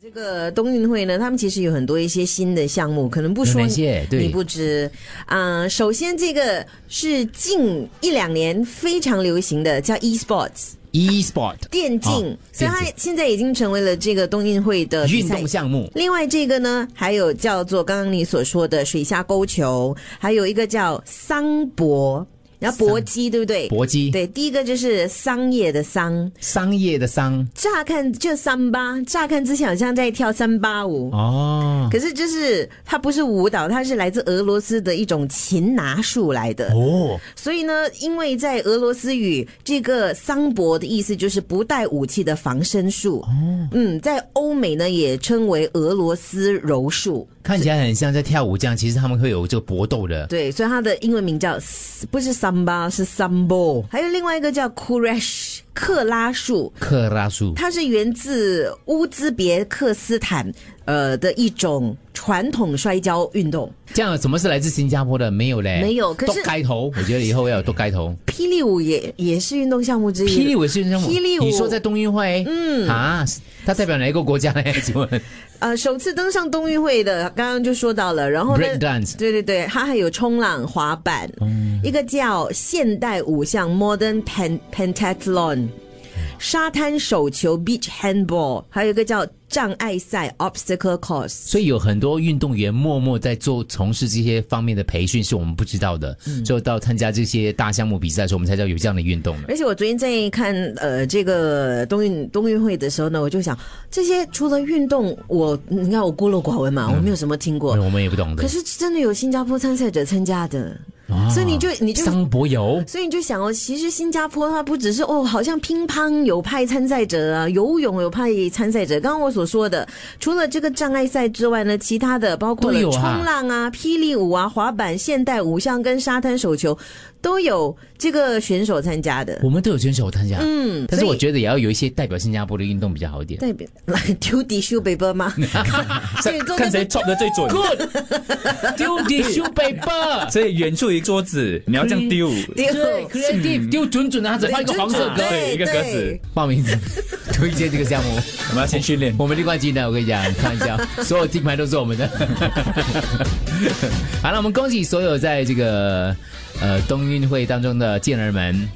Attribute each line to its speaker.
Speaker 1: 这个冬运会呢，他们其实有很多一些新的项目，可能不
Speaker 2: 有
Speaker 1: 说
Speaker 2: 哪些对
Speaker 1: 你不知。嗯、首先这个是近一两年非常流行的，叫 e-sports
Speaker 2: e-sport
Speaker 1: 电竞，
Speaker 2: 哦
Speaker 1: 所以它
Speaker 2: 电竞
Speaker 1: 现在已经成为了这个冬运会的比
Speaker 2: 运
Speaker 1: 赛
Speaker 2: 动项目，
Speaker 1: 另外这个呢，还有叫做刚刚你所说的水下勾球，还有一个叫桑博，然后搏击，对不对？
Speaker 2: 搏击，
Speaker 1: 对，第一个就是桑叶的桑，
Speaker 2: 商业的商
Speaker 1: 乍看就三八，乍看之前好像在跳三八舞，
Speaker 2: 哦
Speaker 1: 可是就是它不是舞蹈，它是来自俄罗斯的一种擒拿术来的。
Speaker 2: 哦，
Speaker 1: 所以呢，因为在俄罗斯语，这个桑博的意思就是不带武器的防身术。哦，嗯，在欧美呢也称为俄罗斯柔术。
Speaker 2: 看起来很像在跳舞这样，其实他们会有这个搏斗的
Speaker 1: 对，所以它的英文名叫不是桑巴，是桑博。还有另外一个叫 Kuresh 克拉术，
Speaker 2: 克拉术。
Speaker 1: 它是源自乌兹别克斯坦呃的一种传统摔跤运动。
Speaker 2: 这样什么是来自新加坡的？没有嘞，
Speaker 1: 没有可是
Speaker 2: 都盖头，我觉得以后要有都 盖头。
Speaker 1: 霹雳舞也也是运动项目之一。
Speaker 2: 霹雳舞是什么？
Speaker 1: 霹雳舞
Speaker 2: 你说在冬运会？嗯啊，它代表哪一个国家 嘞？请问
Speaker 1: 呃，首次登上冬运会的，刚刚就说到了。然后呢
Speaker 2: Break dance 哦
Speaker 1: 对对对，它还有冲浪、滑板，一个叫现代舞项 Modern Pen Pentathlon，沙滩手球 Beach Handball，还有一个叫障碍赛 Obstacle Course。
Speaker 2: 所以有很多运动员默默在做从事这些方面的培训，是我们不知道的。
Speaker 1: 嗯
Speaker 2: 只有到参加这些大项目比赛的时候，我们才知道有这样的运动的。
Speaker 1: 而且我昨天在看呃这个冬运冬运会的时候呢，我就想这些除了运动，我你看我孤陋寡闻嘛，
Speaker 2: 嗯
Speaker 1: 我没有什么听过。
Speaker 2: 我们也不懂的
Speaker 1: 可。是真的有新加坡参赛者参加的，
Speaker 2: 啊
Speaker 1: 所以你就你就。
Speaker 2: 桑博友
Speaker 1: 所以你就想哦，其实新加坡它不只是哦，好像乒乓有派参赛者啊，游泳有派参赛者。刚刚我所说的，除了这个障碍赛之外呢，其他的包括了
Speaker 2: 都有
Speaker 1: 冲
Speaker 2: 啊
Speaker 1: 浪啊、霹雳舞啊、滑板、现代五项跟沙滩手球，都有这个选手参加的。
Speaker 2: 我们都有选手参加，
Speaker 1: 嗯，
Speaker 2: 但是
Speaker 1: 所以
Speaker 2: 我觉得也要有一些代表新加坡的运动比较好一点。
Speaker 1: 代表 来丢 tissue paper 吗？
Speaker 2: 嗯
Speaker 1: 所以做
Speaker 3: 看
Speaker 1: 这
Speaker 3: 谁
Speaker 1: 个
Speaker 3: chop 的最 准。
Speaker 2: Good，丢 tissue paper，
Speaker 3: 所以远处一桌子，你要这样丢。
Speaker 1: 丢
Speaker 2: 对，creative 丢准准的，他只放一个黄色格
Speaker 3: 对
Speaker 2: 子。
Speaker 3: 一个格子
Speaker 2: 报名推荐这个项目，
Speaker 3: 我们要先训练。
Speaker 2: 我们的冠军的，我跟你讲，开玩笑，所有金牌都是我们的。 好了，我们恭喜所有在这个呃冬运会当中的健儿们。